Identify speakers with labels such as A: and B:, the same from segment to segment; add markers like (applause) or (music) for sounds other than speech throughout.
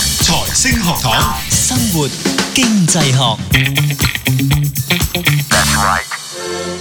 A: 星學堂，
B: 生活經濟學，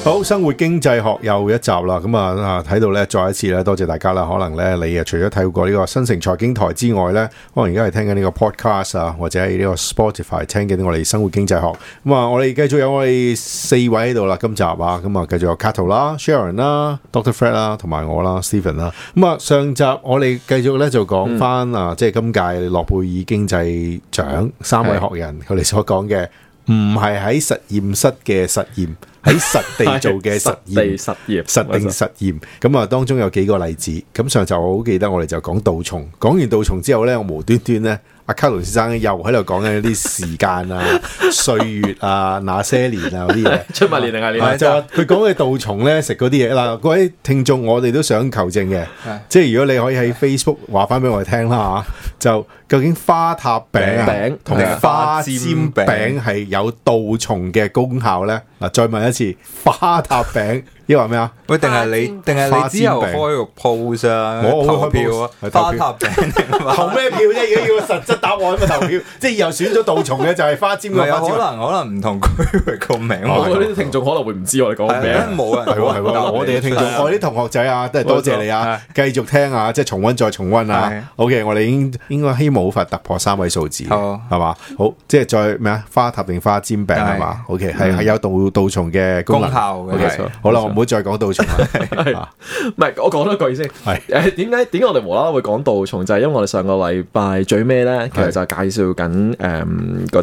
C: 好，生活經濟學又一集啦，咁啊啊睇到咧，再一次咧，多謝大家啦。可能咧，你啊除咗睇過呢個新城財經台之外咧，可能而家係聽緊呢個 podcast 啊，或者喺呢個 Spotify 聽緊我哋生活經濟學。咁啊，我哋繼續有我哋四位喺度啦，今集啊，咁啊繼續有 Cato 啦、Sharon 啦、Doctor Fred 啦，同埋我啦、Stephen 啦。咁啊，上集我哋繼續咧就講翻啊，即係今屆諾貝爾經濟獎三位學人佢哋所講嘅。唔係喺實驗室嘅實驗，喺實地做嘅實
D: 實地
C: 驗，
D: 實驗
C: 實定實驗。咁啊，當中有幾個例子。咁上集我好記得，我哋就講杜松。講完杜松之後呢，我無端端呢，阿卡倫先生又喺度講緊啲時間啊、 (laughs) 歲月啊、那些年啊嗰啊啲嘢。
D: 出埋年定係年
C: 係
D: 齡
C: 就話 (laughs) 佢講嘅杜松咧食嗰啲嘢嗱，各位聽眾我哋都想求證嘅，即係如果你可以喺 Facebook 話翻俾我哋聽啦嚇，就究竟花塔餅啊
D: 餅
C: 同
D: 係啊
C: 花尖餅係有杜松嘅功效咧？嗱，再問一次，花塔 (laughs) 餅抑或咩啊？
A: 喂，定係你，定係你之後開個 pose 啊，
C: 我我
A: 投
C: 會開
A: 票
C: pose，
A: 啊，
C: 係投
A: 花
C: 票
A: 塔餅定係
C: 投
A: 花
C: 咩票啫？如果要實質答案咁啊投票， (laughs) 即係以後選咗杜松嘅就係花尖
A: 唔係
C: 嘅
A: 有
C: 花尖
A: 可
C: 啊。
A: 能可能唔同區域個名喎，
C: 哦
D: 我呢啲聽眾可能會唔知我哋講
A: 係啊
D: 咩，
A: 冇人
C: 係喎係喎，我哋嘅聽眾，我哋啲同學仔啊，都係多謝你啊，繼續聽啊，即係重温再重温
A: 係
C: 啊。OK，我哋已經應該希望好快突破三位數字，
A: 好
C: 係嘛？好，即係再咩啊？花塔定花煎餅係嘛？OK，係係有杜杜松嘅功能
A: 功效嘅
C: OK，
A: 係
C: 好啦，我唔好再講杜松啦。
D: 唔係我講多句先。
C: 係
D: (laughs) 誒點解點解我哋無啦啦會講杜松？就係因為我哋上個禮拜最尾咧，其實就係介紹緊誒嗰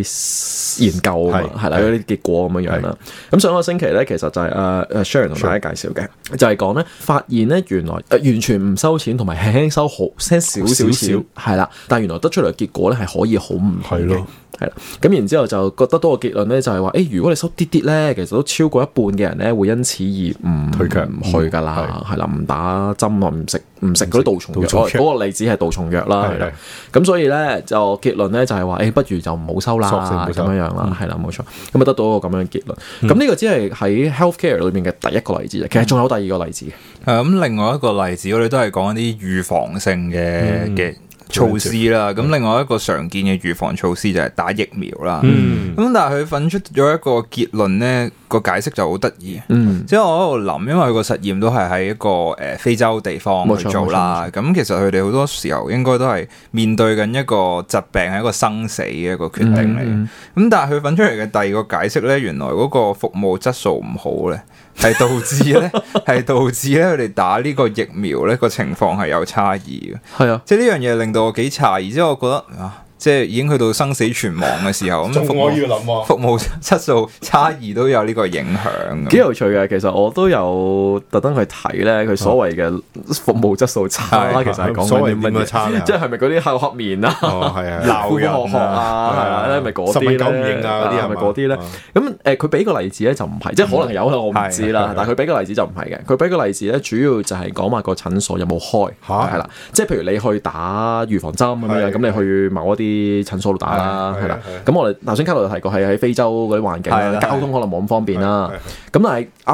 D: 啲研究啊嘛，
C: 係
D: 係啦，嗰啲結果咁樣樣啦。咁上個星期咧，其實就係誒誒 Sharon 同大家介紹嘅，就係講咧發現咧原來誒完全唔收錢，同埋輕輕收好些少少
C: 少少
D: 少，係啦，但係原來得出嚟嘅結果咧係可以好唔同
C: 係
D: 嘅
C: 咯。
D: 係啦，咁然之後就覺得多個結論咧，就係話，誒，如果你收啲啲咧，其實都超過一半嘅人咧，會因此而唔
C: 退卻嗯
D: 唔去噶啦，係啦，唔打針啊，唔食唔食嗰啲杜蟲藥，
C: 杜蟲藥
D: 嗰嗰個例子係杜蟲藥啦，
C: 係
D: 係啦，咁所以咧就結論咧就係話，誒，不如就唔好收啦，
C: 索性唔好
D: 咁
C: 收嗯
D: 樣樣啦，係啦，冇錯，咁啊得到一個咁樣嘅結論，咁呢個只係喺 healthcare 裏面嘅第一個例子啫，其實仲有第二個例子嘅。
A: 係咁，另外一個例子，我哋都係講一啲預防性嘅
C: 嗯
A: 嘅措施啦。咁另外一個常見嘅預防措施就係打疫苗啦。
C: 嗯
A: 咁但係佢揾出咗一個結論咧，個解釋就好得意。
D: 嗯
A: 即係我喺度諗，因為佢個實驗都係喺一個誒非洲地方
D: 冇
A: 去
D: 錯
A: 做啦。咁其實佢哋好多時候應該都係面對緊一個疾病係一個生死嘅一個決定嚟。
D: 嗯
A: 咁但係佢揾出嚟嘅第二個解釋咧，原來嗰個服務質素唔好咧，係導致
D: (laughs)
A: 咧係導致咧佢哋打呢個疫苗咧個情況係有差異嘅。
D: 係啊，
A: 即係呢樣嘢令到我幾詫異，即係我覺得啊，即係已經去到生死存亡嘅時候，咁服務
C: 諗喎
A: 服務質素差異都有呢個影響
D: 幾
A: 嘅。
D: 有趣嘅，其實我都有特登去睇咧，佢所謂嘅服務質素差，
A: 係
D: 其實係講
C: 所謂
D: 緊啲乜
C: 點嘅
D: 嘢
C: 差咧
D: 即係係咪嗰啲口黑面啊？
C: 哦係啊
D: 鬧
A: 鬧人啊
D: 學學啊，係啊，咧咪嗰
C: 十
D: 啲
C: 蚊九唔
D: 咧
C: 應啊嗰啲係
D: 咪
C: 嘛
D: 嗰啲咧
C: 啊？
D: 咁誒，佢俾個例子咧就唔係，即係可能有啦，我唔知
C: 嗯係係
D: 啦
C: 係。
D: 但係佢俾個例子就唔係嘅，佢俾個例子咧，主要就係講話個診所有冇開，
C: 嚇
D: 係啦，即係譬如你去打預防針咁
C: 係
D: 樣，咁你去某一啲診所度打啦，
C: 係係
D: 係啦
C: 係。
D: 咁我哋頭先卡路提過係喺非洲嗰啲環境
A: 係啦
D: 啦，
A: 係
D: 交通可能冇咁方便啦
C: 係係。
D: 咁但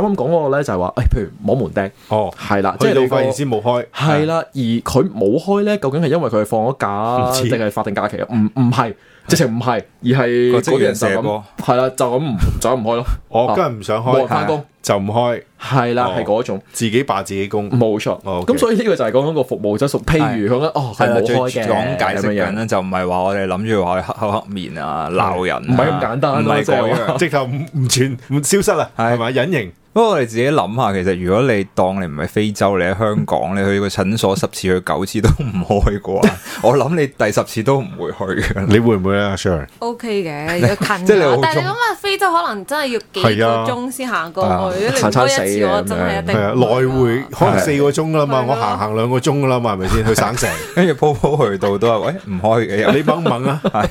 D: 係啱啱講嗰個咧就係話，誒，譬如摸門釘，
C: 哦，
D: 係啦，即
C: 即
D: 係
C: 係你
D: 你
C: 發
D: 發
C: 現先冇開，
D: 係啦，而佢冇開咧，究竟係因為佢係放咗
C: 唔
D: 假
C: 知
D: 定係法定假期啊？唔唔係，直情唔係，而係
A: 個
D: 嗰
A: 職
D: 啲
A: 員
D: 人就
A: 射
D: 咁
A: 波
D: 係啦，就咁唔就咁唔開咯。
C: 我
D: 啊
C: 今日唔想
D: 冇人
C: 開，
D: 翻工，
C: 就唔開，
D: 係啦
C: 哦，
D: 係嗰種。
C: 自己罷自己工。
D: 冇錯，
C: 哦，OK
D: 咁所以呢個就係講緊個服務質素。譬如講緊哦，佢
A: 係啦，
D: 冇
A: 最
D: 開嘅
A: 講解
D: 咁
A: 釋緊
D: 樣樣，
A: 咧，就唔係話我哋諗住話去黑口黑面啊、鬧人啊，
D: 唔係咁簡單
A: 唔
D: 咯
A: 係
D: 即係
A: 嗰
D: 話
A: 樣。
C: 直頭唔唔存唔消失啦，
A: 係
C: 係咪隱形？
A: 不過我哋自己諗下，其實如果你當你唔係非洲，你喺香港，你去個診所十次去九次都唔開嘅
D: (laughs)
A: 話，我諗你第十次都唔會去嘅。
C: 你會唔會啊，Sharon？
E: O K 嘅，要近
A: 即係你好
E: 下但係你
A: 中
E: 諗下非洲可能真係要幾
C: 係
E: 個
C: 啊
E: 鐘先行過
D: 啊
E: 去，你唔
D: 行餐
E: 多一
D: 死
E: 次
D: 嘅
E: 我真係一定
C: 係啊，來回可能四個鐘啦嘛，
E: 係
C: 我
E: 咯
C: 行行兩個鐘噶啦嘛，係咪先？去省城，
A: 跟住鋪鋪去到都係，喂唔開
D: (laughs)
A: 嘅，
C: 你猛唔猛啊？
A: 係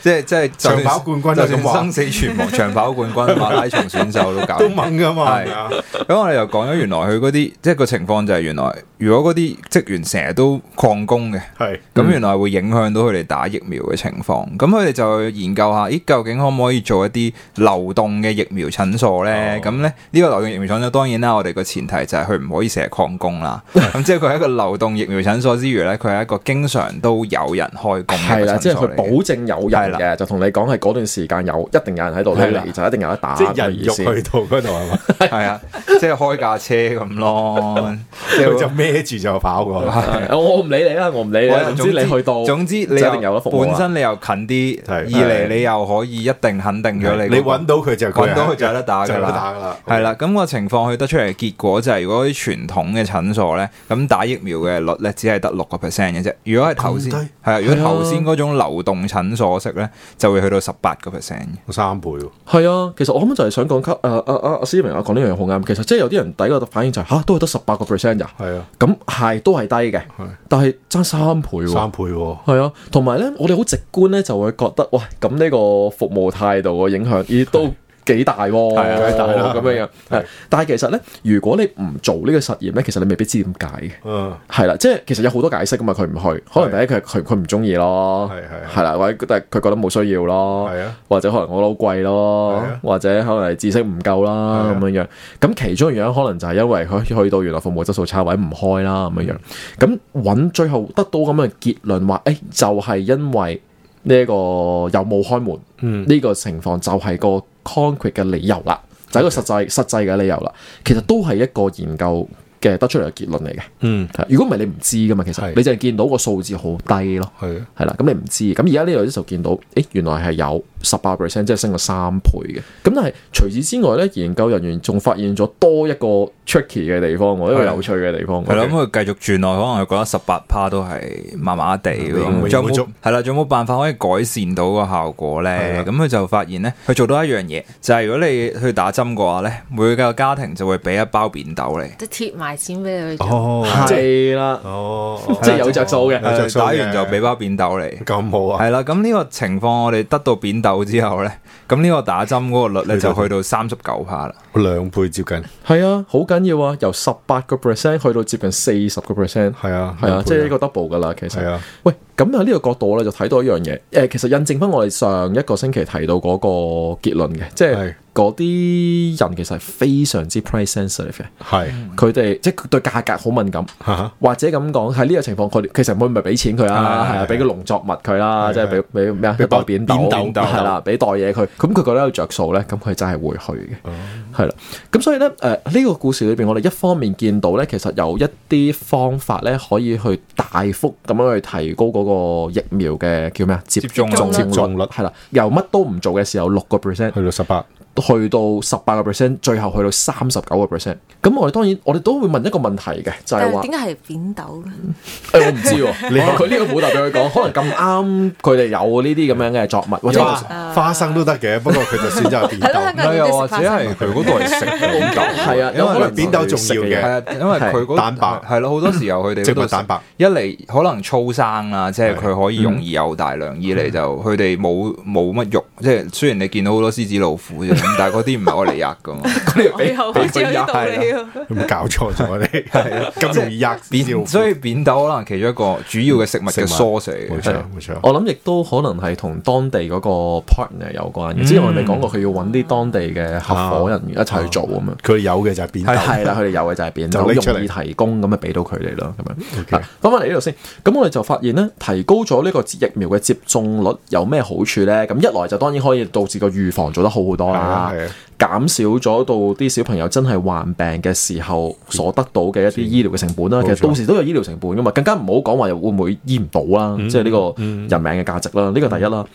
A: 即係即係就算
C: 長跑冠軍啊
A: 就
C: 咁
A: 算
C: 話
D: (laughs)
A: 生死存亡長跑冠軍、馬拉松選手都搞
C: 都猛噶嘛，啊
A: 係咁我哋又講咗原來佢嗰啲即係個情況就係原來如果嗰啲職員成日都曠工嘅，
C: 係
D: 嗯
A: 咁原來會影響到佢哋打疫苗嘅情況。咁佢哋就研究下，咦究竟可唔可以做一啲流動嘅疫苗診所
D: 哦
A: 咧？咁咧呢個流動疫苗診所當然啦，我哋個前提就係佢唔可以成日曠
D: (laughs)
A: 工啦。咁即係佢係一個流動疫苗診所之餘咧，佢係一個經常都有人開工嘅
D: 係啦，
A: 診
D: 即係
A: 所
D: 佢
A: 嚟嘅
D: 保證有人
A: 係
D: 嘅，就同你講係嗰段時間有一定有人喺度，你
A: 係啦
D: 嚟就一定有得打。
C: 即係人肉
D: 咁嘅意
C: 去
D: 思
C: 到嗰度係嘛，
A: 系啊，即系开架车咁
D: (laughs)
A: 咯，即系
C: 佢就孭住就跑過。
D: 係 (laughs) 我唔理你啦，我唔理你啦，
A: 我
D: 啊總之你去到，
A: 总之你
D: 就一定有得服務啦啊
A: 本身你又近啲，
C: 係
A: 二嚟你又可以一定肯定咗你，
C: 你揾到佢就
D: 啊
C: 係
A: 揾到佢就有得打
C: 就
A: 噶
C: 有得打
A: 啦
C: 㗎啦。
A: 係啦，咁個情況佢得出嚟嘅結果就係，如果啲傳統嘅診所咧，咁打疫苗嘅率咧只係得六個 percent 嘅啫。如果係頭先
C: 咁
A: 係
C: 低
A: 啊，如果頭先嗰種流動診所式咧，就會去到十八個 percent 嘅。
C: 三倍喎，
D: 係啊，其實我啱啱就係想講，誒誒誒，阿思明啊講呢樣嘢好啱。其實即係有啲人第一個反應就係吓，都係得十八個 percent 咋，
C: 係啊，
D: 咁係都係低嘅，但係爭三倍喎
C: 三。倍喎。
D: 係啊，同埋咧，我哋好直觀咧就會覺得，喂，咁呢個服務態度嘅影響，咦都幾大喎，
C: 啊梗係大啦
D: 咁樣樣。係但係其實咧，如果你唔做呢個實驗咧，其實你未必知點解嘅。
C: 嗯，
D: 係啦，即係其實有好多解釋噶嘛，佢唔去，可能第一佢佢佢唔中意咯，
C: 係係
D: 係啦，或者但係佢覺得冇需要咯
C: 係啊，
D: 或者可能我覺得好貴咯
C: 係啊，
D: 或者可能係知識唔夠啦
C: 係啊
D: 咁樣樣。咁其中一樣可能就係因為佢去到原來服務質素差或者唔開啦咁樣樣。
C: 嗯
D: 咁揾最後得到咁嘅結論話，誒、就係、因為呢一個有冇開門呢、個情況就係個 concrete 嘅理由啦，就係、一個實際實際嘅理由啦。其實都係一個研究嘅得出嚟嘅結論嚟嘅。
C: 嗯，
D: 係如果唔係你唔知噶嘛，其實
C: 係
D: 你就係見到個數字好低咯，
C: 係啊，
D: 係啦，咁你唔知。咁而家呢度就見到，誒原來係有十八 percent，即係升咗三倍嘅。咁但係除此之外咧，研究人員仲發現咗多一個 tricky 嘅地方喎，一個
A: 係
D: 有趣嘅地
C: 哦
D: 方喎。
A: 係咯，咁佢繼續轉落，可能佢覺得十八趴都係麻麻地
C: 嗯
A: 咁，仲有
C: 滿足
A: 冇係啦？仲有冇辦法可以改善到個效
C: 係啊
A: 果
C: 啦
A: 咧？咁佢就發現咧，佢做到一樣嘢，就係如果你去打針嘅話咧，每個家庭就會俾一包扁豆你。
E: 即係貼埋錢俾你。
C: 哦即係
D: 係啦，
C: 哦，
D: 即係有着數嘅
C: 有着數
A: 打
C: 嘅
A: 完就俾包扁豆你。
C: 咁好啊，
A: 係啦，咁呢個情況我哋得到扁豆之後咧，咁呢個打針嗰個率咧就去到三十九趴啦。
C: 兩倍接近，
D: 係啊，好緊要啊，由十八個 percent 去到接近四十個 percent。
C: 係啊，
D: 係啊，即係呢
C: 個
D: 個 double 噶啦，其實。
C: 係啊，
D: 喂，咁喺呢個角度咧，就睇到一樣嘢。誒、其實印證翻我哋上一個星期提到嗰個結論嘅，即係
C: 係
D: 嗰啲人其實係非常之 price sensitive 嘅，
C: 係
D: 佢哋即係佢對價格好敏感。
C: 哈哈
D: 或者咁講，喺呢個情況，佢哋其實佢唔係俾錢佢啦，係啊，俾個農作物佢啦，
C: 係
D: 即係俾俾咩啊，
C: 俾
D: 一袋
C: 袋
D: 扁豆，
C: 扁豆
D: 係啦，俾袋嘢佢，咁佢覺得有着數咧，咁佢真係會去嘅，係啦。咁所以咧，誒呢個故事裏邊，我哋一方面見到咧，其實有一啲方法咧，可以去大幅咁樣去提高嗰個疫苗嘅叫咩啊，接
A: 接種率
D: 接
C: 接種
D: 率
C: 率
D: 係啦，由乜都唔做嘅時候六個 percent。
C: 去到十八，
D: 去到十八個 percent，最後去到三十九個 percent。咁我哋當然，我哋都會問一個問題嘅，就係、
E: 但
D: 話
E: 係。點解係扁豆咧？
D: 誒、哎我唔知 (laughs) 喎，可能佢呢個冇特別去講，可能咁啱佢哋有呢啲咁樣嘅作物，或者
C: 哇花生都得嘅，不過佢就選擇係扁
E: 係咯，香
C: 豆，
E: 港人
A: 又
E: 都
A: 或
E: 食
A: 者
E: 花生
A: 係。佢嗰度係食扁豆，
D: (laughs) 係啊，
A: 因為
D: 可能
C: 扁豆重要嘅
D: (laughs)
A: 係啊，因為佢嗰
C: 蛋白
A: 係咯，好多時候佢哋
C: 植
A: 嗰
C: 物
A: 度
C: 蛋白
A: 一嚟可能粗生啦，即係嗯佢可以容易有大量；二嚟就佢哋冇冇乜肉，即係雖然你見到好多獅子老 (laughs) 虎啫，咁但係嗰啲唔係我嚟壓噶嘛。
E: 我
D: (laughs)
E: 又好似有啲道理喎，
C: 有冇搞錯咗我哋？係啊，咁容易壓
A: 扁所以扁豆可能其中一個主要嘅食物嘅
C: 食物
A: source 嚟
C: 冇
A: 嘅。
C: 錯冇錯，
D: 我諗亦都可能係同當地嗰個 partner 有關嘅。之前我哋咪講過，佢要揾啲當地嘅合夥人一齊去做咁樣。
C: 佢有嗯嘅就係扁豆，
D: 係啦，佢哋有嘅就係扁豆，
C: 就拎出嚟
D: 容易提供咁咪俾到佢哋咯，咁樣。
C: OK
D: 嗱，翻返嚟呢度先，咁我哋就發現咧，提高咗呢個疫苗嘅接種率有咩好處咧？咁一來就當然可以導致個預防做得好好多啦
C: 係啊係啊，
D: 減少咗到啲小朋友真係患病嘅時候所得到嘅一啲醫療嘅成本啦。
C: 冇
D: 其
C: 錯嗯
D: 實到時都有醫療成本噶嘛，更加唔好講話又會唔會醫唔到啦，即係呢個人命嘅價值啦，呢個第一
C: 嗯
D: 啦。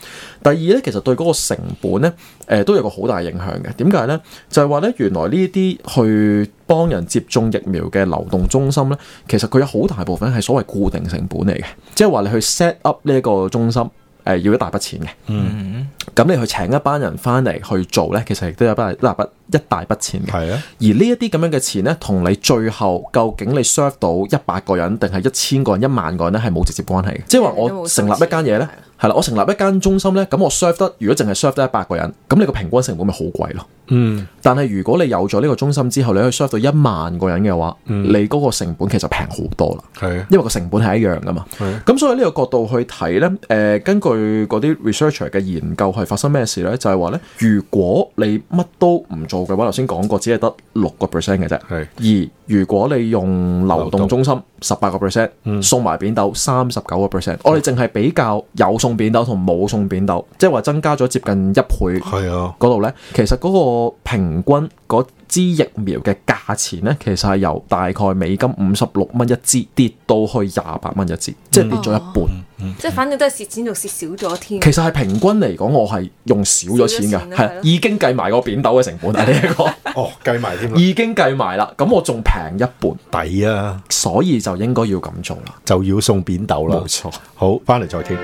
D: 第二咧，其實對嗰個成本咧，誒、都有個好大影響嘅。點解咧？就係話咧，原來呢啲去幫人接種疫苗嘅流動中心咧，其實佢有好大部分係所謂固定成本嚟嘅，即係話你去 set up 呢一個中心，誒、要一大筆錢嘅。
A: 嗯，
D: 咁你去請一班人翻嚟去做咧，其實亦都有一筆一大筆一大筆錢嘅。
C: 係啊，
D: 而呢一啲咁樣嘅錢咧，同你最後究竟你 serve 到一百個人，定係一千個人、一萬個人咧，係冇直接關係嘅。即係話
E: 都
D: 我
E: 冇
D: 成立一間嘢咧
E: 數
D: 係
E: 字，
D: 啦，我成立一間中心咧，咁我 serve 得，如果淨係 serve 得一百個人，咁你個平均成本咪好貴咯。
C: 嗯，
D: 但係如果你有咗呢個中心之後，你可以 serve 到一萬個人嘅話，你嗰個成本其實平好多啦。
C: 係啊，
D: 因為個成本係一樣噶嘛。咁所以呢個角度去睇呢，誒、呃根據嗰啲 researcher 嘅研究係發生咩事呢？就係話呢，如果你乜都唔做嘅話，頭先講過，只係得六個 percent 嘅啫。
C: 係啊
D: 而如果你用流動中心十八個 percent，
C: 嗯
D: 送埋扁豆三十九個 percent，我哋淨係比較有送扁豆同冇送扁豆，即係話增加咗接近一倍
C: 係啊，
D: 嗰度呢，其實嗰個平均嗰支疫苗嘅價錢呢，其實係由大概美金五十六蚊一支跌到去廿八蚊一支，
E: 嗯
D: 即係跌咗一半。
E: 哦即係反正都係蝕錢仲蝕少咗添。
D: 其實係平均嚟講，我係用少咗錢
E: 少
D: 㗎，
E: 咗錢啦係
D: 係
E: 咯
D: 已經計埋個扁豆嘅
E: (laughs)
D: 成本係呢一個
C: 哦，計埋添啦，
D: 已經計埋啦。咁我仲平一半，
C: 抵啊，
D: 所以就應該要咁做啦。
C: 就要送扁豆啦
D: 冇。錯。
C: 好，翻嚟再傾。